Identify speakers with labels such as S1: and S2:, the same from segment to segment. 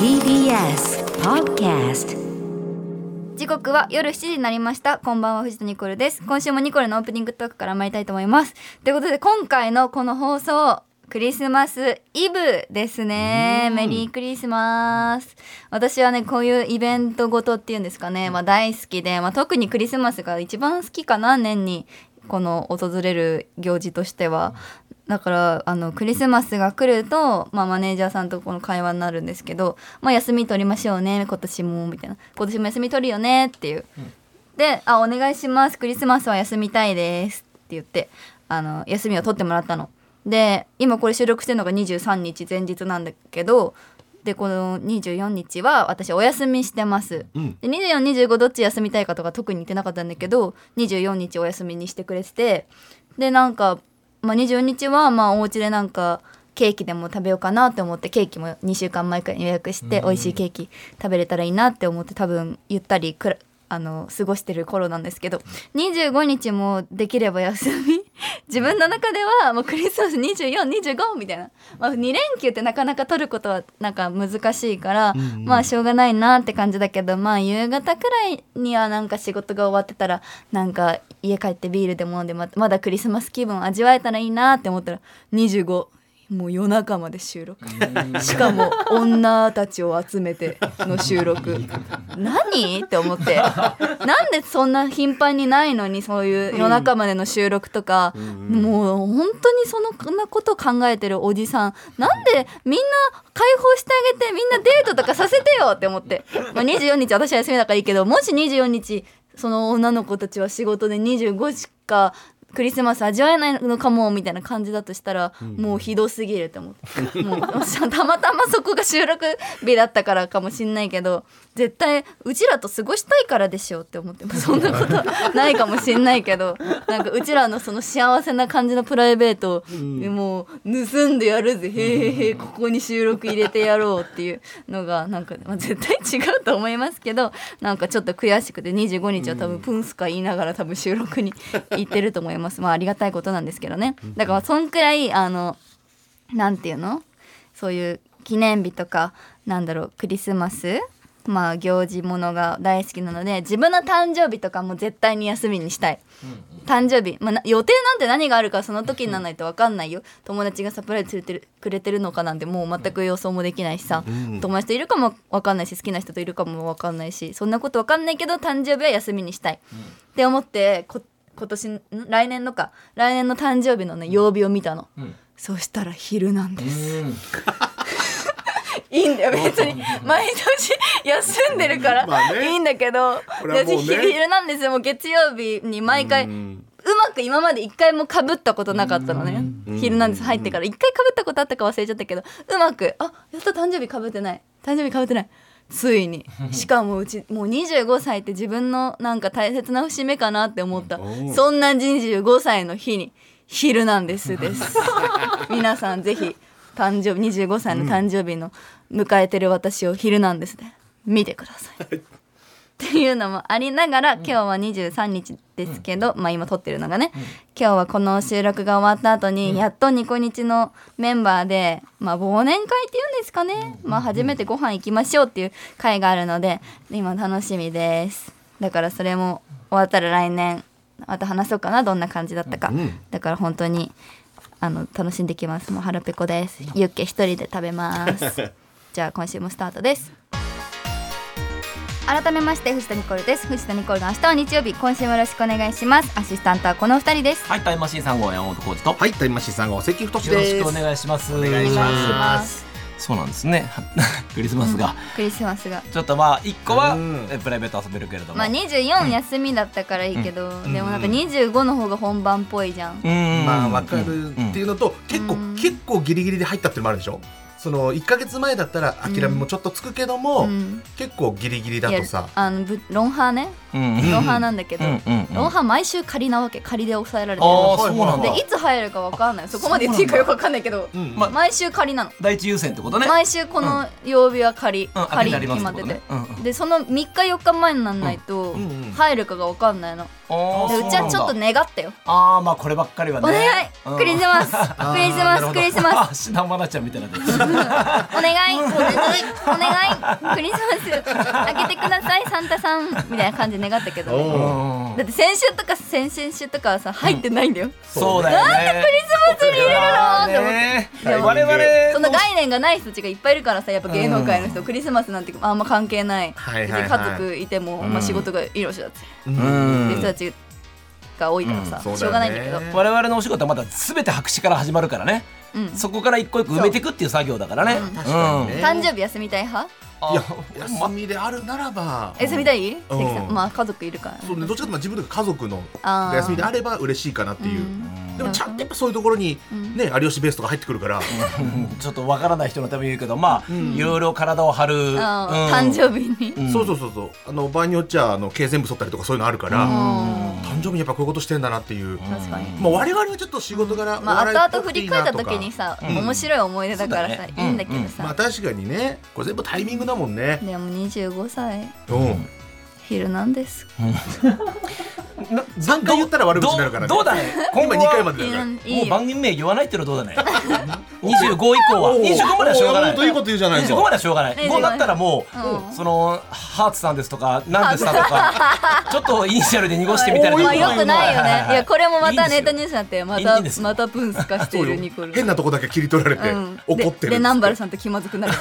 S1: TBS Podcast
S2: 時刻は夜7時になりましたこんばんは藤田ニコルです今週もニコルのオープニングトークから参りたいと思いますということで今回のこの放送クリスマスイブですねメリークリスマス私はねこういうイベントごとっていうんですかね、まあ、大好きで、まあ、特にクリスマスが一番好きかな年にこの訪れる行事としてはだからあのクリスマスが来ると、まあ、マネージャーさんとこの会話になるんですけど「まあ、休み取りましょうね今年も」みたいな「今年も休み取るよね」っていう。で「あお願いしますクリスマスは休みたいです」って言ってあの休みを取ってもらったの。で今これ収録してるのが23日前日なんだけどでこの24日は私お休みしてます。
S3: うん
S2: で2425どっち休みたいかとか特に言ってなかったんだけど24日お休みにしてくれててでなんか、まあ、24日はまあお家でなんかケーキでも食べようかなって思ってケーキも2週間前から予約して美味しいケーキ食べれたらいいなって思って多分ゆったりくらあの過ごしてる頃なんですけど25日もできれば休み自分の中ではもうクリスマス2425みたいな、まあ、2連休ってなかなか取ることはなんか難しいから、
S3: んうん
S2: まあしょうがないなって感じだけどまあ夕方くらいにはなんか仕事が終わってたらなんか家帰ってビールでも飲んでままだクリスマス気分味わえたらいいなって思ったら25もう夜中まで収録 しかも女たちを集めての収録何って思ってなんでそんな頻繁にないのにそういう夜中までの収録とか、もう本当にそのこんなこと考えてるおじさんなんでみんな解放してあげてみんなデートとかさせてよって思って、まあ、24日私は休みだからいいけどもし24日その女の子たちは仕事で25しかクリスマス味わえないのかもみたいな感じだとしたら、もうひどすぎるって思ってもう たまたまそこが収録日だったからかもしんないけど絶対うちらと過ごしたいからでしょって思ってそんなことないかもしんないけどなんかうちらのその幸せな感じのプライベートを、もう盗んでやるぜへーへーへーここに収録入れてやろうっていうのがなんか、まあ、絶対違うと思いますけどなんかちょっと悔しくて25日は多分プンスカ言いながら多分収録に行ってると思いますまあありがたいことなんですけどねだからそんくらいあのなんていうのそういう記念日とかなんだろうクリスマスまあ行事ものが大好きなので自分の誕生日とかも絶対に休みにしたい、誕生日、まあ、な予定なんて何があるかその時にならないと分かんないよ友達がサプライズ連れてるくれてるのかなんてもう全く予想もできないしさ、
S3: ん
S2: 友達といるかも分かんないし好きな人といるかも分かんないしそんなこと分かんないけど誕生日は休みにしたい、って思ってこ今年ん来年のか来年の誕生日のね曜日を見たの、
S4: ん
S2: そしたら昼なんです
S4: うん
S2: いいんだよ別に毎年休んでるから、
S3: まあね
S2: いいんだけど
S3: これはもうね
S2: 私 昼なんですよもう月曜日に毎回、うまく今まで一回もかぶったことなかったのね「昼なんです」入ってから一回かぶったことあったか忘れちゃったけどうまくあやっと誕生日かぶってない誕生日かぶってないつい にしかもうちもう25歳って自分のなんか大切な節目かなって思った
S3: おう
S2: そんな25歳の日に「昼なんです」 です。皆さんぜひ誕生日25歳の誕生日の迎えてる私を「昼なんです」で見てください。っていうのもありながら今日は23日ですけど、まあ今撮ってるのがね、今日はこの収録が終わった後にやっとニコニチのメンバーで、まあ忘年会っていうんですかね、まあ初めてご飯行きましょうっていう会があるので今楽しみですだからそれも終わったら来年また話そうかなどんな感じだったか、
S3: うん
S2: だから本当にあの楽しんできますもう腹ペコですユッケ一人で食べます じゃあ今週もスタートです改めまして藤田ニコルです藤田ニコルの明日は日曜日今週もよろしくお願いしますアシスタントはこの二人です
S4: はい、タイムマシーン3号山本浩二と。
S3: はい、タイムマシーンさん号関太
S4: よろ
S3: です。
S4: しくお願いします。お。
S3: 願いし
S2: ます
S4: そうなんですね。 はクリスマスが。
S2: クリスマスが
S4: ちょっとまあ、一個は
S3: うん
S4: えプライベート遊べるけれども。
S2: まあ24休みだったからいいけど、
S4: ん
S2: でもなんか25の方が本番っぽいじゃん、
S4: うん
S3: まあわかるっていうのと、結構
S2: うん
S3: 結構ギリギリで入ったっていうのもあるでしょその1か月前だったら諦めもちょっとつくけども、
S2: うん
S3: 結構ギリギリだとさ
S2: いやあのぶロンハーね
S4: うんうん。
S2: ロンハーなんだけど、
S4: うんうんうん
S2: ロンハー毎週仮なわけ仮で抑えられてる
S4: あ
S3: ー
S4: あ、そうなんだ
S2: で。いつ入るかわかんないそこまで言っていいかよくわかんないけど、
S3: うん
S4: まあ
S2: 毎週仮なの
S4: 第一優先ってことね。
S2: 毎週この曜日は仮、
S4: うん、
S2: 仮
S4: あり
S2: 決ま
S4: ますっ
S2: っててて、
S4: ことね。うんうん
S2: でその3日4日前にならないと
S3: うんうん
S2: 入るかがわかんないの、
S4: あ
S2: で
S4: ー
S2: うちはちょっ
S4: そ
S2: と
S4: うなんだ
S2: 願ったよ
S4: ああ、まあこればっかりは
S2: お
S4: ね。
S2: 願い、クリスマスクリスマ
S3: なる
S2: ス
S3: ほ
S2: ク
S3: ど
S2: リスマス
S4: ス。シナマナちゃんみたいなね。
S2: お願いお願いお願いクリスマス開けてくださいサンタさんみたいな感じで願ったけどね
S3: おー
S2: だって先週とか先々週とかはさ入ってないんだよ、
S4: そうだよね。なんでクリスマスに入
S3: れる
S4: れ
S3: の
S4: 我々
S2: そんな概念がない人たちがいっぱいいるからさやっぱ芸能界の人、クリスマスなんてあんま関係ない,、
S3: はいはいはい
S2: 別に家族いても、
S4: うん
S2: まあ、仕事が命だって
S3: うん
S4: うん
S2: いう人たちが多いからさ、
S3: うん
S2: しょうがないんだけど
S3: そうだよね
S4: 我々のお仕事はまだ全て白紙から始まるからね、
S2: うん
S4: そこから一個一個埋めていくっていう作業だからね
S2: そう
S3: 確かにね
S2: 誕生日休みたい派
S4: うん
S3: いや
S4: あ
S3: 休みであるならば
S2: 休みたい、関さん
S3: うん
S2: まあ家族いるから
S3: そうねどっちかというとまあ自分とか家族の
S2: あー
S3: 休みであれば嬉しいかなっていううんでもちゃんとやっぱそういうところにね有吉ベースとか入ってくるから
S4: うん ちょっとわからない人のために言うけどまあ、いろいろ体を張る、うん
S2: あー誕生日に、
S4: うん
S3: そうそうそうそうあの場合によっちゃあの毛全部剃ったりとかそういうのあるから誕生日にやっぱこういうことしてんだなっていう
S2: 確かに
S3: まあ我々はちょっと仕事柄
S2: まあ
S3: お笑いっ
S2: 後
S3: ぽ
S2: 々振
S3: くてい
S2: り
S3: い
S2: 返っ
S3: な
S2: た
S3: とか
S2: 時にさ、
S4: うん
S2: 面白い思い出だからさ、
S4: そうだ
S2: い
S4: ね
S2: いんだけどさ、
S3: まあ確かにねこれ全部タイミングだもんね
S2: でも25歳
S3: うん
S2: 昼なんです
S4: な
S3: 三回言ったら悪口になるからね
S4: どうどうだね今
S3: 今
S4: 後
S3: 2
S4: は
S3: 回までだから
S2: い
S4: も
S2: いうよ
S4: 番組名言わないってのはどうだね25以降は
S3: おー
S4: 25まではしょうがな
S3: おー山本いいこと言うじゃない
S4: い
S3: か
S4: 25まではしょうがない
S2: ね
S4: こうなったらもう、
S2: うん
S4: そのハーツさんですとか何ですかとかちょっとイニシャルで濁してみたりとか
S2: まあよくないよねいやこれもまたネットニ
S4: に
S2: ュースになってま
S4: い
S2: た
S4: いんですよ
S2: またブンス化してい
S3: そう
S2: る
S3: よ
S2: ニコル
S3: 変なとこだけ切り取られて
S2: うんで
S3: 怒ってるっつって
S2: で南原さんと気まずくなる や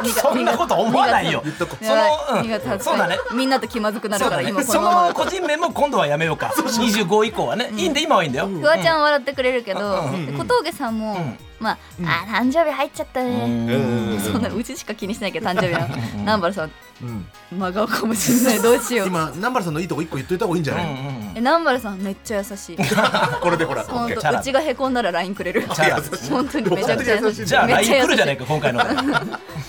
S2: ばい
S4: そんなこと思わないよ
S3: 言っとこ
S4: そのうん
S2: 2月20日
S4: そうだね
S2: みんなと気まずくなる
S4: そう
S2: から、
S4: だね
S2: 今こ
S4: そ
S2: のま
S4: の
S2: ま
S4: 個人名も今度はやめよ うか25以降はねいいんで今はいいんだよ
S2: フワちゃんは笑ってくれるけど、
S4: うん
S2: で小峠さんも、
S4: ん
S2: まあ、あー誕生日入っちゃったね、
S3: うん
S2: そんなうちしか気にしないけど誕生日な南原さん
S3: うん
S2: 真顔かもしれないどうしよう
S3: 今南原さんのいいとこ一個言っといた方がいいんじゃない
S2: え南原さんめっちゃ優しい
S3: これでほら
S2: 本
S3: OK
S4: チャ
S2: 当
S4: ラ
S2: うちがへこんだら LINE くれる
S4: チャラ
S2: 本当にめちゃくちゃ優しい
S4: じゃあ
S2: めっ
S4: LINE
S2: ちゃ優し
S4: 来るじゃないか今回の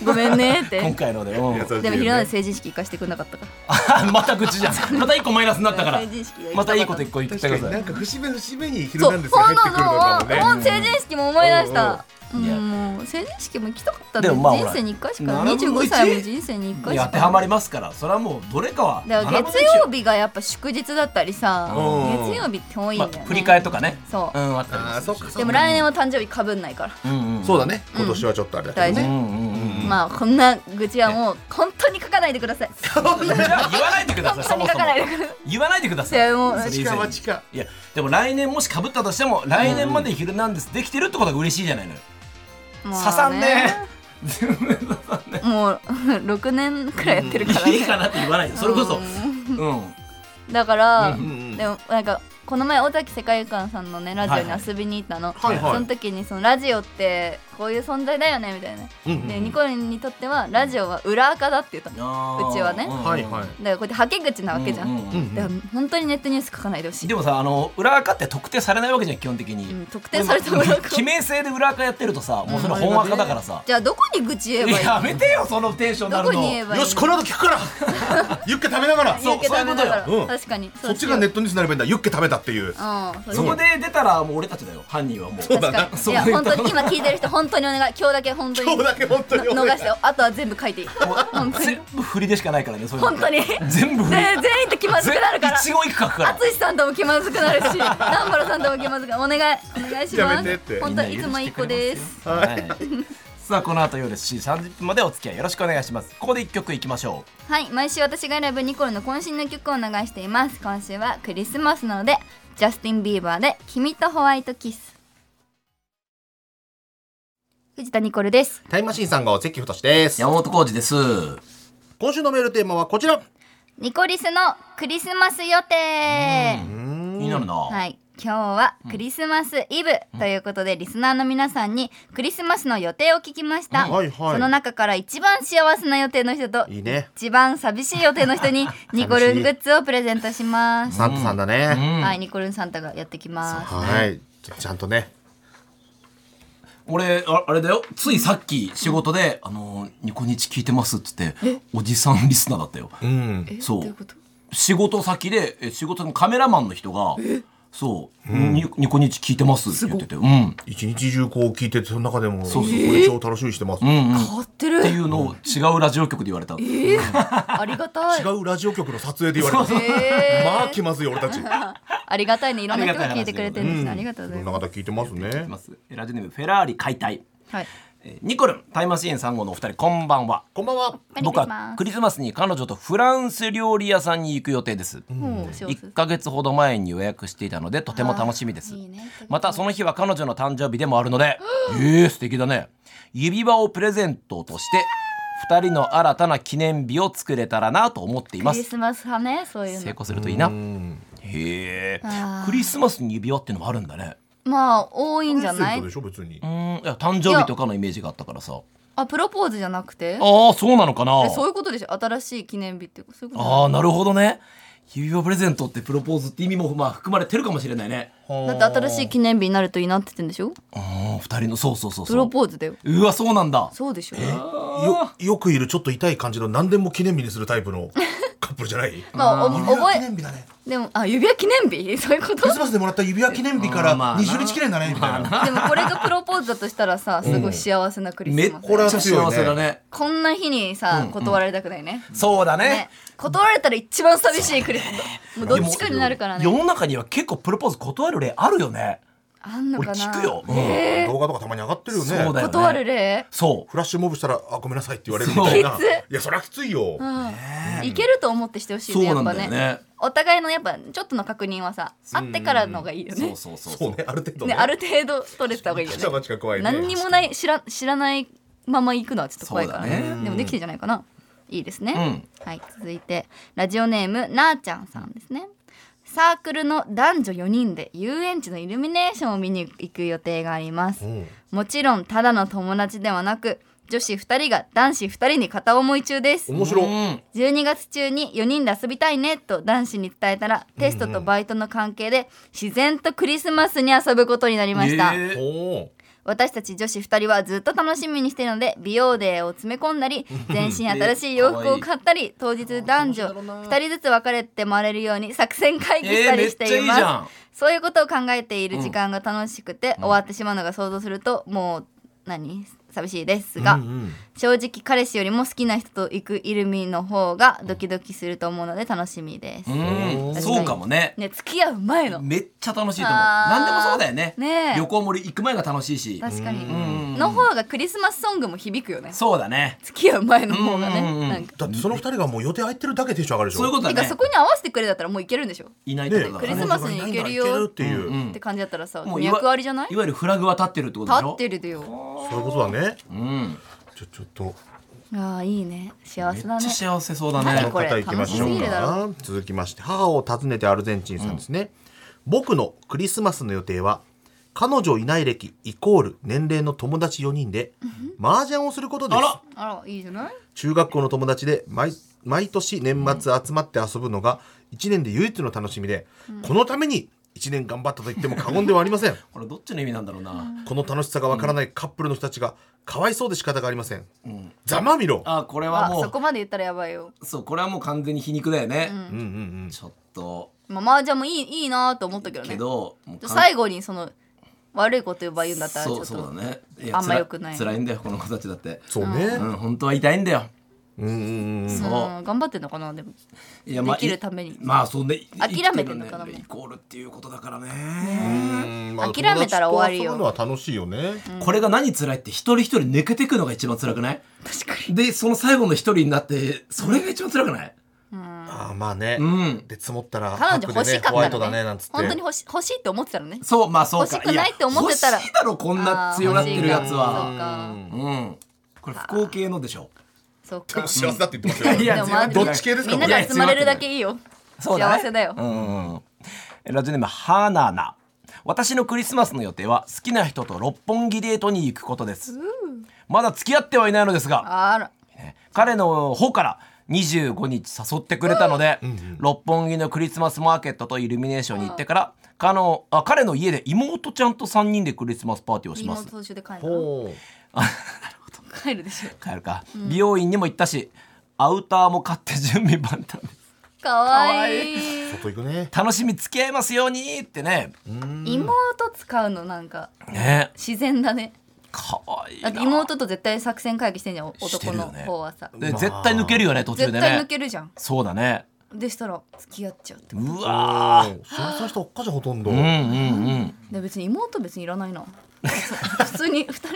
S2: ごめんねっ
S4: 今
S2: て
S4: 回のでうん
S3: 優しいよね
S2: でも昼の成人式行かしてくれなかったから
S4: あ また愚痴じゃんまた一個マイナスになったから
S2: 成人式が
S4: またいいこと一個言って
S3: 確
S4: くだ
S3: か
S4: さい
S3: になんか節目節目に「ヒル
S2: そ
S3: ナ
S2: う、
S3: ンデス」
S2: そ
S3: が
S2: う
S3: 入っ
S2: な
S3: てくるのかもね
S2: の、もう成人式も思い出した。う
S4: うん
S2: ん
S4: うんいや
S2: もう成人式も行きたかったね。
S4: でもまあほ
S2: 人
S4: ら
S2: 生に一回しか、
S4: 7
S2: 二
S4: 分
S2: 十
S4: の
S2: 五
S4: 1
S2: 歳も人生に一回し
S4: や
S2: か。
S4: 当てはまりますからそれはもうどれかは
S2: だから月曜日がやっぱ祝日だったりさ、
S3: うん
S2: 月曜日って多いんだよ
S4: まあ
S2: ね。
S4: 振り替えとかね
S2: そ
S4: うん
S2: う。
S4: あったり
S3: あーそっかそ
S2: で
S3: っ
S2: も
S3: か
S2: 来年は誕生日かぶんないから。
S4: うんうん
S3: そうだね今年はちょっとあれだけ
S2: 大
S3: ど
S2: 丈
S3: ね
S4: うんうん うん
S2: まあこんな愚痴はもう本当に書かないでください。
S4: じゃあ言わないでくださ
S2: 本
S4: い
S2: 当
S4: そ
S2: に
S4: も
S2: 書
S4: そ
S2: かないで
S4: も
S2: くださ
S4: 言わないでくださ
S2: い
S4: い
S2: やもう
S4: それ以前に
S3: 近は近
S4: いやでも来年もしかぶったとしても来年まで「ヒルナンデス」できてるってことが嬉しいじゃないのよ
S2: い。もう
S4: 刺さんね。
S2: もう 六年くらいやってるから
S4: いい
S2: ね。
S4: かなって言わないでそれこそうん
S2: だから、
S4: うん
S3: うん
S2: でもなんかこの前尾崎世界観さんのねラジオに遊びに行ったの、
S3: はいはい
S2: その時にそのラジオってこういう存在だよねみたいな、
S3: うんうん
S2: でニコリンにとってはラジオは裏垢だって言ったのだか
S4: あー
S2: うちはね
S4: うん
S3: はいはい
S2: らこうやってはけ口なわけじゃん,、
S4: うう
S3: うんん
S2: だから本当にネットニュース書かないでほしい
S4: でもさあの裏垢って特定されないわけじゃん基本的
S2: う
S4: に
S2: ん特定された裏垢
S4: 記名制で裏垢やってるとさもうそれ本垢だからさ
S2: じゃあどこに愚痴言えばいい
S4: やめてよそのテンションにな
S2: ど
S4: る
S2: こ
S4: の
S2: に言えばいい
S3: よしこの後聞くから ユッケ食べながら
S4: そう
S2: 言うけどダメだから
S3: そういうことようん
S2: 確かに
S3: そっちがネットニュースになればいいんだユッケ食べたっていう
S2: うんそうし
S4: そ
S2: よ
S4: こ
S2: う
S4: で出たらもう俺たちだよ犯人はもう
S3: そうだな
S2: 確かに
S4: そ
S2: いうや
S4: いう
S2: 本
S4: と
S2: 当に今聞いてる人本当にお願い今日だけ本当に
S3: 今日だけ本当にお
S2: の 逃
S3: 願い
S2: してあとは全部書いていい
S4: もう全部振りでしかないからねそういうの
S2: 本当に
S4: 全部振り
S2: ね全員と気まずくなるから
S4: 一語一句書くから
S2: 淳さんとも気まずくなるし 南原さんとも気まずくなるお願いお願いしま
S3: やめてっ
S2: す
S3: て
S2: 本当いつもいい子です
S4: すはい さあこの後夜7時30分までお付き合いよろしくお願いしますここで一曲いきましょ
S2: はい毎週私が選ぶニコルの渾身の曲を流しています今週はクリスマスなのでジャスティン・ビーバーで「君とホワイトキス」藤田ニコルです
S3: タイムマシーンさんが関太です
S4: う山本浩二です
S3: 今週のメールテーマはこちら
S2: ニコリスのクリスマス予定
S4: 気になるな
S2: はい今日はクリスマスイブということで、リスナーの皆さんにクリスマスの予定を聞きました、
S3: うんはいはい
S2: その中から一番幸せな予定の人と
S3: いいね
S2: 一番寂しい予定の人にニコルングッズをプレゼントし ます。
S3: サンタさんだね
S2: はい、ニコルンサンタがやってきます。
S3: はいちょちゃんとね
S4: 俺ああれだよついさっき仕事で「あのーニコニチ聞いてます」っつっておじさんリスナーだったよ
S3: うん
S4: そう仕事先でえ仕事のカメラマンの人がそう、ニニコニチ聞いてますって言ってて、うん、
S3: 一日中こう聞いてその中でも
S4: そうそう
S3: 俺超楽しみにしてます違
S2: 変わって
S4: ってい
S2: る。
S4: うのを違うラジオ局で言われ た、
S2: ありがたい。
S3: うラジオ局の撮影で言われた
S2: え
S3: まあ気まずい俺たち
S2: ーありがたいね。いろんな人
S4: ありが
S2: が
S4: たい話
S2: 聞いてくれてるんですね。ありがとう
S3: い
S2: ござ
S3: ろ
S2: い
S3: んな
S2: ま
S3: 方聞いてますね
S4: ラジオネームフェラーリ解体
S2: す。はい。
S4: えーニコルンタイムマシーン3号のお二人こんばんは
S3: こんばんは。
S4: 僕はクリスマスに彼女とフランス料理屋さんに行く予定です、
S2: もう
S4: 1ヶ月ほど前に予約していたのでとても楽しみです
S2: あーいいね
S4: またその日は彼女の誕生日でもあるのでえー、素敵だね指輪をプレゼントとして2人の新たな記念日を作れたらなと思っていま
S2: クリ
S4: す
S2: スマス派ねそういう
S4: 成
S2: の
S4: 功するといいなへえ
S2: あー
S4: クリスマスに指輪ってのもあるんだね
S2: まあ多いんじゃ
S3: プレ
S2: な
S3: ゼン
S2: い
S3: トでしょ別に
S4: う。んいや誕生日とかのイメージがあったからさ
S2: あプロポーズじゃなくて
S4: ああそうなのかな
S2: えそういうことでしょ新しい記念日っていうかそういうこと
S4: ああなるほどね指輪プレゼントってプロポーズって意味もまあ含まれてるかもしれないね
S2: だって新しい記念日になるといいなって言ってんでしょ
S4: ああ二人のそうそうそう
S2: プ
S4: そ
S2: ロ
S4: う
S2: ポーズだよ
S4: うわそうなんだ
S2: そうでしょ
S3: よよくいるちょっと痛い感じの何でも記念日にするタイプのカップルじゃない。
S2: まあお覚
S3: 指輪記念日だね。
S2: えでもあ指輪記念日 そういうこと
S3: クリスマスでもらった指輪記念日から
S4: あーまあな
S3: 20日記念だねみたいな。
S2: でもこれがプロポーズだとしたらさすごい幸せなクリ
S4: めっ
S2: ス
S4: ち
S2: マス、
S3: これ
S4: ゃ
S3: は
S4: 幸
S3: 強いね
S4: せだね
S2: こんな日にさ断られたくないね,、
S4: そうだね
S2: ね断られたら一番寂しいクリスマスもうどっちかになるから
S4: 世
S2: ね
S4: の中には結構プロポーズ断る例あるよね
S2: あんの
S4: 俺
S2: かな
S4: 聞くよ、
S3: 動画とかたまに上がってるよね。
S4: そうだよね
S2: 断る例、
S4: そ
S3: フラッシュモブしたらあごめんなさいって言われるみたいな。
S2: そう
S3: い
S2: き
S3: やそりゃきついよ。
S2: いけると思ってしてほし
S4: う
S2: いね
S4: そ
S2: や
S4: うな
S2: っ
S4: ん
S2: ぱ
S4: だよ
S2: ね
S4: ね
S2: お互いのやっぱちょっとの確認はさ会ってからの方がいいよね
S4: そうそうそう
S3: そうねある程度
S2: ね
S3: ね。
S2: ある程度取れてた方がいいよ
S3: ちゃ
S2: ね
S3: まちが怖いね。
S2: 何にもない知ら知らないまま行くのはちょっと怖いからね
S4: そうだ
S2: でもできてんじゃないかないいですね、
S4: うん
S2: はい続いてラジオネームなあちゃんさんですねサークルの男女4人で遊園地のイルミネーションを見に行く予定があります、
S3: ん
S2: もちろんただの友達ではなく女子2人が男子2人に片思い中です
S3: 面白い。
S4: うん
S2: 12月中に4人で遊びたいねと男子に伝えたらテストとバイトの関係で自然とクリスマスに遊ぶことになりました、
S4: えー
S3: お
S2: 私たち女子2人はずっと楽しみにしているので美容デーを詰め込んだ り全身新しい洋服を買ったり当日男女2人ずつ別れて回れるように作戦会議したりしています、
S4: えーめっちゃいいじゃん
S2: そういうことを考えている時間が楽しくて、終わってしまうのが想像するともう何寂しいですが、正直彼氏よりも好きな人と行くイルミの方がドキドキすると思うので楽しみです、
S4: うんそうかもね
S2: ね付き合う前の
S4: めっちゃ楽しいと思う
S2: あー
S4: 何でもそうだよね
S2: ねえ
S4: 旅行も行く前が楽しいし
S2: 確かに
S4: ん
S2: の方がクリスマスソングも響くよね
S4: そうだね
S2: 付き合う前の方がね、
S4: うんうんうん
S2: なんか
S3: だってその二人がもう予定入ってるだけでテンション上がるでしょ。
S4: そういうこと
S2: て
S4: だ
S2: か
S4: ね
S2: そこに合わせてくれだったらもういけるんでしょ、
S4: いないって
S3: ね
S4: こと
S2: ク
S4: だ
S2: リス
S4: ね
S2: マスに行けるよ
S3: 彼女がいないんだ行けるっていう、
S2: って感じだったらさ
S4: もういわ
S2: 役割じゃない立
S4: いわゆるフラグは立ってるってことでしょ
S2: ってるでよ
S3: そういうことだね。
S4: うん
S3: ちょちょっと
S2: ああいいね幸
S4: め
S2: せ
S4: っ
S2: だね
S4: ちゃ幸せそうだ
S2: 何
S4: ね
S2: これ
S3: 方行きましょ
S2: 楽しすぎ
S3: う
S2: るだ
S3: か
S2: ろ
S3: 続きまして母を訪ねてアルゼンチンさんですね、僕のクリスマスの予定は彼女いない歴イコール年齢の友達4人で麻雀をすることです
S4: あら
S2: あらいいじゃない
S3: 中学校の友達で毎毎年年末集まって遊ぶのが1年で唯一の楽しみで、このために1年頑張ったと言っても過言ではありませ ん
S4: これどっちの意味なんだろうな
S3: この楽しさがわからないカップルの人たちがかわいそうで仕方がありません、ざまあみろ
S4: あこれは
S2: あ
S4: も
S2: そこ
S4: う
S2: まで言ったらやばいよ
S4: そうこれはもう完全に皮肉だよね
S3: うんうんうん
S4: ちょっと
S2: まあ麻雀もいいいいなと思ったけどね
S4: けどもうかん
S2: 最後にその悪いこと言えば言うんだったらちょっ
S4: そ
S2: と
S4: うそうだねい
S2: あんま良くない
S4: 辛辛いんだよこの子たちだって
S3: そうね、
S4: うん本当は痛いんだよ
S3: うんうんうんうん
S4: そう
S2: うん頑張ってんのかなでも
S4: いやまあ
S2: できるために
S4: まあそんで
S2: 諦めてんのかなも
S4: 生き
S2: う
S4: るイコールっていうことだからね
S3: うんまあ
S2: 諦めたら終わりよ
S3: 友達と遊ぶのは楽しいよね。
S4: これが何辛いって一人一人抜けていくのが一番辛くない
S2: 確かに
S4: でその最後の一人になってそれが一番辛くない
S3: ああまあね。
S4: ん
S3: で積もったら
S2: 彼女欲しか
S3: ホワ
S2: っ
S3: イト
S2: たら
S3: だ
S2: ね
S3: ねなんつって。
S2: 本当に欲し欲しいって思ってたらね
S4: そうまあそうか
S2: 欲しくないって思ってたら
S4: いや欲しいだろこんな強なってるやつ
S2: あー
S4: は
S2: 欲しいか
S4: うんこれ不幸系のでしょ
S2: そうかそうか
S3: 幸せだって言ってます
S4: い
S3: よ。
S4: や
S2: でもまあ
S4: ど
S3: っち系ですか
S2: みんな
S3: こ
S2: が
S4: れ
S2: 集まれるだけいいよ
S4: そうだね
S2: 幸せだよ
S4: うんうんラジオネームはなな私のクリスマスの予定は好きな人と六本木デートに行くことですまだ付き合ってはいないのですが
S2: あら
S4: ね彼の方から25日誘ってくれたので、六本木のクリスマスマーケットとイルミネーションに行ってから彼のあ彼の家で妹ちゃんと3人でクリスマスパーティーをします
S2: 妹途中で帰るの
S3: おー
S2: 帰るでしょ
S4: 帰るか、美容院にも行ったしアウターも買って準備万端です
S2: かわいい
S3: 外行くね。
S4: 楽しみ付き合いますようにってね
S2: 妹使うのなんか
S4: ね
S2: 自然だね
S4: かわいい
S2: だ
S4: な
S2: って妹と絶対作戦会議してんじゃん
S4: して
S2: 男
S4: るよ
S2: の
S4: ね
S2: 方はさ、
S4: で絶対抜けるよね途中
S2: 絶
S4: で
S2: 対抜
S4: ね
S2: けるじゃん
S4: そうだね
S2: でしたら付き合っちゃうって
S4: う
S3: あ
S4: わ
S3: あ、そうした人おっかじゃんほとんど。
S4: ーうんうんうん
S2: で別に妹別にいらないな普通に2人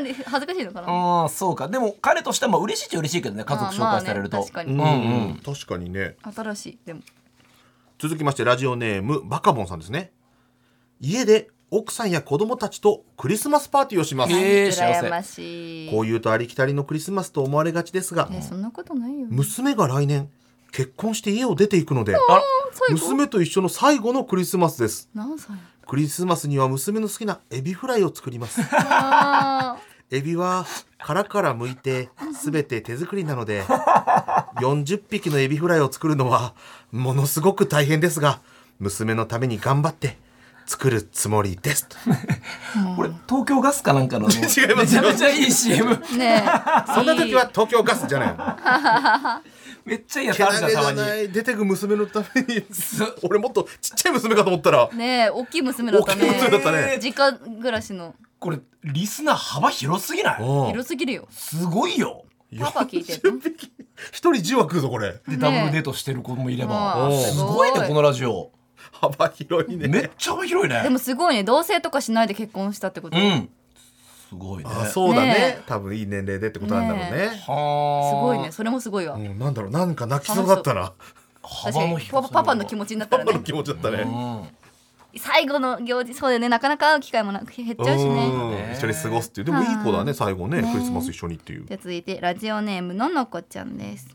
S2: 二人恥ずかしいのかな
S4: ああそうかでも彼としてはまあ嬉しいっちゃ嬉しいけどね家族紹介されると、
S2: まあまあね確
S3: う
S2: か
S3: んうん確かにね
S2: に新しいでも
S3: 続きましてラジオネームバカボンさんですね家で奥さんや子供たちとクリスマスパーティーをします、
S4: えー幸せ
S2: 羨ましい
S3: こういうとありきたりのクリスマスと思われがちですが
S2: えそんなことないよ
S3: 娘が来年結婚して家を出ていくので
S4: あ
S2: 最後
S3: 娘と一緒の最後のクリスマスです
S2: 何歳
S3: クリスマスには娘の好きなエビフライを作り ます
S2: あ
S3: エビは殻から剥いて全て手作りなので40匹のエビフライを作るのはものすごく大変ですが娘のために頑張って作るつもりですと
S4: これ東京ガスかなんか の違い
S3: ますよ
S4: めちゃめちゃいい CM
S2: ーね え
S3: そんな時はい
S2: い
S3: 東京ガスじゃないの
S4: めっちゃいいやつ
S3: け
S4: あ
S3: な
S4: るじゃ
S3: げじ
S4: んたま
S3: ゃ
S4: に
S3: ない出てく娘のために
S4: す
S3: 俺もっとちっちゃい娘かと思ったら
S2: ねえ大きい娘だっ
S3: 大
S2: た
S3: きい娘だっ
S2: ね
S3: たね
S2: 実家暮らしの
S4: これリスナー幅広すぎない
S3: うん
S2: 広すぎるよ
S4: すごいよ
S2: パパ聞いてる
S3: 40匹一人10は食うぞこれ
S2: ね
S4: でダブルデートしてる子もいれば
S2: うん
S3: おう
S4: すごいねこのラジオ
S3: 幅広いね
S4: めっちゃ幅広い
S2: で
S4: ね
S2: もすごいね同棲とかしないで結婚したってこと
S4: う
S2: す
S4: んすごいね
S3: あそうだね
S2: ねえ
S3: 多分いい年齢でってことなんだろうね
S4: はー
S2: ごいねそれもすごいわ
S3: うん、なんだろうなんか泣きそうだったな
S2: 確
S4: 幅
S2: か
S4: の
S2: に
S4: 広
S2: パ
S4: さ
S2: パパパの気持ちになったら
S3: パパの
S2: ね
S3: 気持ちだったね、
S4: うん
S2: 最後の行事そうだよねなかなか会う機会もなく減っちゃうしね
S3: うん一緒に過ごすっていうでもいい子だね最後ね
S2: ね
S3: クリスマス一緒にっていう
S2: じゃあ続いてラジオネームののこちゃんです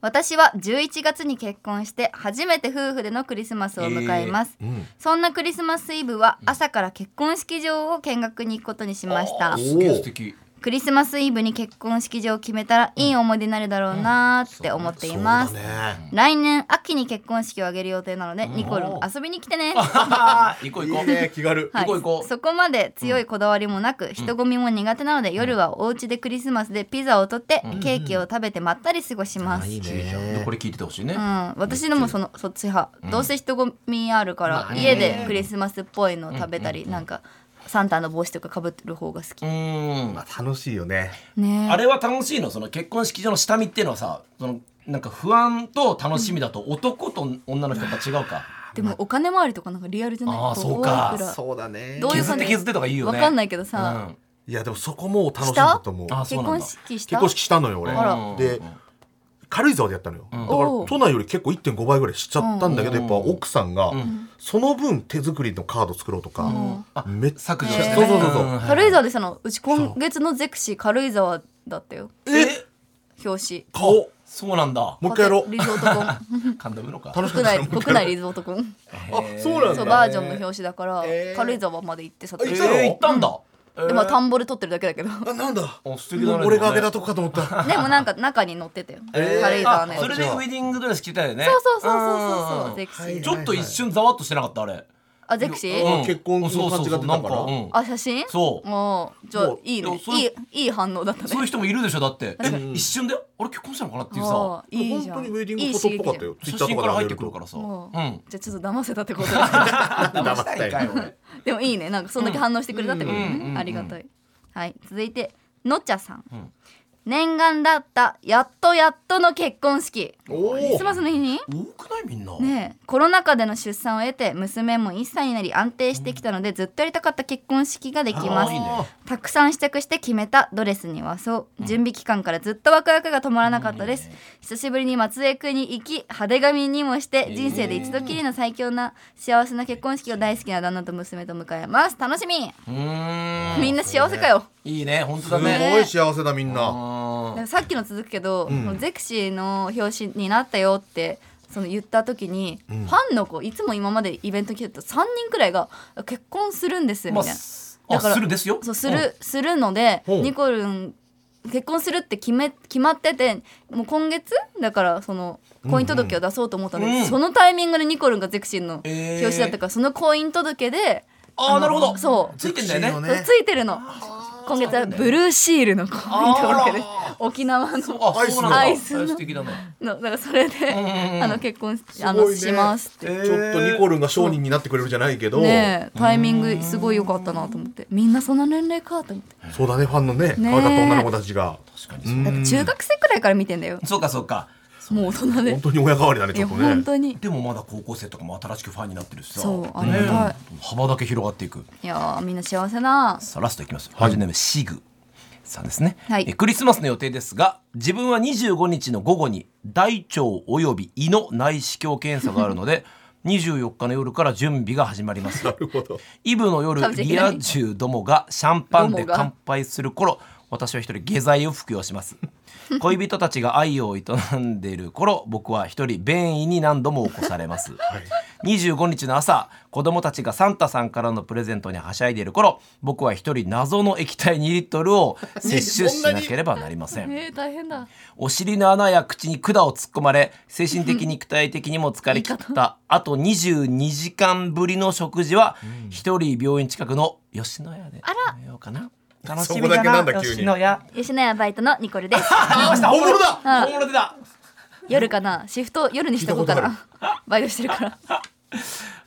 S2: 私は11月に結婚して初めて夫婦でのクリスマスを迎えます、
S3: うん
S2: そんなクリスマスイブは朝から結婚式場を見学に行くことにしました
S4: あすげえ素敵
S2: クリスマスイブに結婚式場を決めたらいい思い出になるだろうなーって思っています、
S3: そうだね
S2: 来年秋に結婚式を挙げる予定なので、ニコルも遊びに来てね。
S4: 行こう行
S3: い
S4: こ
S3: ういね気軽
S2: はい
S4: 行こう行こう
S2: そこまで強いこだわりもなく、人混みも苦手なので、夜はお家でクリスマスでピザを取って、ケーキを食べてまったり過ごします。
S3: あいいね
S4: でこれ聞いててほしいね
S2: うん、私でもそのそっち派、どうせ人混みあるから、
S4: まあね
S2: 家でクリスマスっぽいのを食べたり、なんかサンタの帽子とかかぶってる方が好き、
S4: うん
S3: まあ楽しいよね
S2: ねえ
S4: あれは楽しいのその結婚式場の下見っていうのはさそのなんか不安と楽しみだと男と女の人やっぱ違うか
S2: でもお金回りとかなんかリアルじゃない
S4: あ
S2: こ
S4: ーそうか
S2: 多いら
S3: そうだね
S2: どういう
S4: 削っ
S2: 感
S4: て
S2: じ
S4: 削ってとかいいよ
S2: わ
S4: ね
S2: かんないけど
S4: う
S2: さ、
S4: ん
S3: いやでもそこも楽しんだと思う
S4: したあそ
S2: 結
S4: うな
S2: 婚
S4: んだ
S2: 式した
S3: 結婚式したのよ俺
S2: あら
S4: うん
S3: で軽井沢でやったのよ、だから
S2: おう
S3: 都内より結構1.5倍ぐらいしちゃったんだけど、
S4: うん
S3: やっぱ奥さんが、
S4: ん
S3: その分手作りのカード作ろうとか、
S2: ん
S4: あ
S3: めっちゃ
S4: 削除してね
S3: そうそうそうそう
S2: 軽井沢でしたのうち今月のゼクシー軽井沢だったよ
S4: うんえ
S2: 表紙
S3: 顔
S4: そうなんだ
S3: もう一回やろう
S2: リゾート
S4: 神田のか
S3: 楽し
S2: コ
S3: か
S2: ン国内
S3: ったね
S2: 国内リゾートコン
S3: あそうなん
S2: そ
S3: だ
S2: うバージョンの表紙だから、
S3: えー
S2: 軽井沢まで行って撮
S4: え
S2: 影し
S3: 行ったの
S4: ー行ったんだえ
S2: た
S4: ー
S2: でまあ田んぼで撮ってるだけだけど
S3: あなんだ
S4: あ素敵だね
S3: 俺があげたとこかと思った
S2: でもなんか中に載ってたよ、
S4: えー
S2: 軽井沢のやつ
S4: あそれでウェディングドレス着たよね
S2: そうそうそうそうそうそう
S4: うん
S2: ゼクシー、
S3: はい
S4: ちょっと一瞬ざわっとしてなかったあれ
S2: あゼクシー、
S4: うん
S3: 結婚の感じが出たから
S4: そうそうそうなんかうん
S2: あ写真
S4: そう
S2: もうじゃあ
S3: そう
S2: いい
S4: い
S2: ね
S4: やそう
S2: いいいい反応だったね
S4: そういう人もいるでしょだって
S2: 確か
S4: 一瞬で俺結婚したのかなっていう
S2: あ
S4: さ
S2: あいいじゃん
S3: 本当にウェディングフォトっぽかったよ
S4: 写
S3: Twitter
S4: 真から入ってくる
S3: と
S4: からさう
S2: うん
S4: ん
S2: じゃあちょっと騙せたってことですね
S3: 騙したいかよ
S2: でもいいねなんかそんだけ反応してくれたってことね、
S4: うんうん
S2: ありがたい、はい続いてのっちゃさん、
S4: ん
S2: 念願だったやっとやっとの結婚式
S3: お
S2: クリスマ
S3: ー
S2: スの日に
S4: 多くないみんな
S2: ねえコロナ禍での出産を得て娘も1歳になり安定してきたので、ずっとやりたかった結婚式ができます
S4: あーいいね
S2: たくさん試着して決めたドレスにはそう準備期間からずっとワクワクが止まらなかったです、久しぶりに松江区に行き派手髪にもして人生で一度きりの最強な幸せな結婚式を大好きな旦那と娘と迎えます楽しみ、
S4: うーん
S2: みんな幸せかよ、
S4: いいね本当
S3: す
S4: だね
S3: ごい幸せだみん
S4: う
S3: な
S4: ん
S2: でもさっきの続くけど、そのゼクシーの表紙になったよってその言った時に、ファンの子いつも今までイベント来てた3人くらいが「結婚するんです」み
S4: ま
S2: た
S4: あ
S2: いな。
S4: すあするですよ
S2: そうする、するので、
S3: ほう
S2: ニコルン結婚するって決め決まっててもう今月だからその婚姻届を出そうと思ったのに、
S4: うん
S2: そのタイミングでニコルンがゼクシーの表紙だったから、その婚姻届で
S4: あー
S2: の
S4: なるほど
S2: そう
S4: ついてんだよね
S3: セクシーのね
S2: そうついてるの今月はブルーシールの婚姻届で沖縄の
S4: うんあそうなんだ
S2: アイスの
S4: あ素敵だね
S2: のだからそれで、
S4: ん
S2: あの結婚しあ
S3: すごい
S2: の
S3: ね
S2: しますって。
S3: ちょっとニコルンが商人になってくれるじゃないけど、
S2: ねえタイミングすごい良かったなと思ってみんなそんな年齢かと思って
S3: そうだねファンのね可愛かった女の子たちが
S4: 確かに
S2: だって中学生くらいから見てんだよ
S4: そうかそうか
S2: もう大人で
S3: 本当に親代わりだね
S2: い
S3: ちょ
S2: や
S3: っと
S2: 本
S3: ね
S2: 当に
S4: でもまだ高校生とかも新しくファンになってるしさ
S2: そうあり
S4: ね
S2: がたい
S4: 幅だけ広がっていく
S2: いやーみんな幸せな
S4: さあラストいきます。ラジオネームシグさんですね、
S2: はい
S4: えクリスマスの予定ですが自分は25日の午後に大腸および胃の内視鏡検査があるので 24日の夜から準備が始まります
S3: なるほど
S4: イブの夜
S2: 食べちゃいけ
S4: リ
S2: ない
S4: ア充どもがシャンパンで
S2: どもが
S4: 乾杯する頃私は一人下剤を服用します 恋人たちが愛を営んでいる頃僕は一人便意に何度も起こされ ます、25日の朝子供たちがサンタさんからのプレゼントにはしゃいでいる頃僕は一人謎の液体2リットルを摂取しなければなりませ ん
S2: えー、大変だ
S4: お尻の穴や口に管を突っ込まれ精神的肉体的にも疲れ切ったあと22時間ぶりの食事は一人病院近くの吉野家で食べようかな楽しみ
S3: そこだ
S4: だ
S3: け
S4: な
S3: なんだ急に
S4: 吉野家
S2: 吉野家バイトのニコル です
S4: あ来た
S3: 本物だ
S4: 本物出た
S2: 夜かなシフト夜にしておこうかな バイトしてるから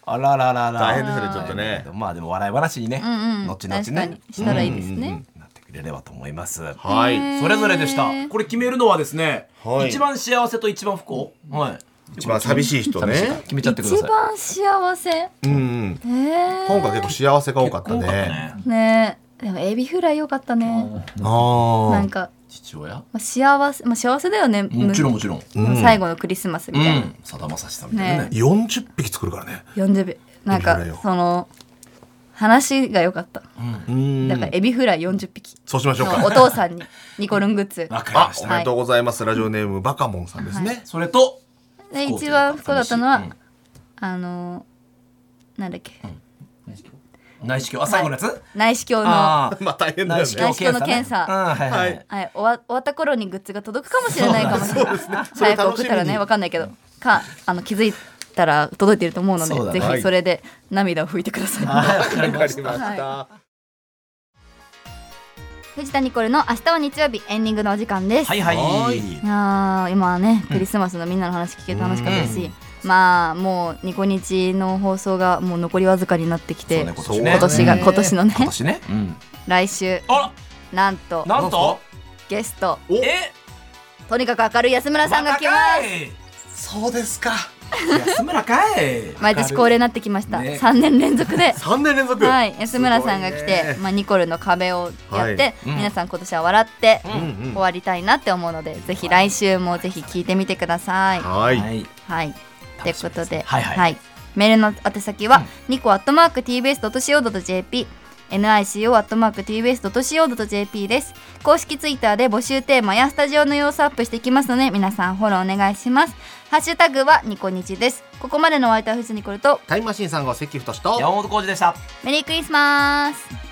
S4: あらららら
S3: 大変ですねちょっとね
S4: まあでも笑い話にね
S2: うんうん
S4: 後々
S2: 確かに
S4: ね
S2: したらいいですね、
S4: なってくれればと思います
S3: はい
S4: それぞれでしたこれ決めるのはですね
S3: はい
S4: 一番幸せと一番不幸はい
S3: 一番寂しい人
S4: 寂しい
S3: ね
S4: から決めちゃってくだ
S2: 一
S4: さい
S2: 番幸せえ
S3: うんうん
S2: ー、
S3: 今回結構幸せが多かったね
S2: ねえでもエビフライ良かったね
S3: あ
S2: な
S3: あ
S2: んか、
S4: 父親
S2: まあ、幸せ、まあ、幸せだよね
S4: もちろんもちろん
S2: む最後のクリスマスみたいな、
S4: うん、さだまさしさんみたいなね
S2: ね
S3: 40匹作るからね
S2: 40秒なん
S3: エビフ
S2: か
S3: ライよ
S2: その話が良かった
S3: うん
S2: だからエビフライ40匹
S3: そうしましょう
S2: のお
S3: か
S2: 父さんにニコルングッ ズ
S4: わかり
S3: あ
S4: まし
S3: お
S4: た、
S3: めでとうございますラジオネームバカモンさんですね
S4: それと
S2: で一番不幸だったのは、
S4: うん
S2: あのなんだっけ
S4: 内視鏡あ最後のやつ、
S2: 内視鏡のは
S4: あー
S3: まあ大変だよ
S4: 内視
S3: ね
S4: 鏡
S2: 内視鏡の検
S4: 検査
S2: 査
S4: ねうんはいはいはい
S2: い終わ終わった頃にグッズが届くかもしれないかもしれない、
S3: それ
S2: 早く送ったら
S3: 楽しみに
S2: ねわかんないけどかあの気づいたら届いてると思うので
S4: そうだね
S2: ぜひそれで涙を拭いてください、
S4: はいわかりま
S3: わか
S4: し
S3: りま
S4: た
S3: した
S2: 藤田ニコルの明日は日曜日エンディングのお時間です、
S4: はいはい
S3: はい
S2: いやー今はねクリスマスのみんなの話聞けて楽しかったし、まあもうニコニチの放送がもう残りわずかになってきて、
S4: そうね
S3: そう
S2: 今年が
S3: ね
S2: 今年のね
S4: 今年ね、うん、
S2: 来週
S4: あ
S2: なんと
S4: らなんと
S2: ゲスト
S3: お
S4: え
S2: とにかく明るい安村さんが来ます
S3: そうです か
S4: す安村かい
S2: 毎年恒例になってきました、
S4: ね
S2: 3年連続 で
S3: 3年連続
S2: はい安村さんが来
S3: す
S2: て、
S3: ごいね
S2: まあ、ニコルの壁をやって、
S3: はい
S4: うん
S2: 皆さん今年は笑って
S3: うんうん
S2: 終わりたいなって思うので、ぜひ来週もぜひ聞いてみてください。
S3: は
S4: はいい
S2: はい。ということで、
S4: はいはい
S2: メールの宛先は、ニコアットマーク tbs.co.jp nico アットマーク tbs.co.jp です。公式ツイッターで募集テーマやスタジオの様子をアップしていきますので、皆さんフォローお願いします。ハッシュタグはニコニチです。ここまでのお相手は藤ニコルと
S3: タイムマシーンさんが関太と
S4: 山本浩二でした
S2: メリークリスマス。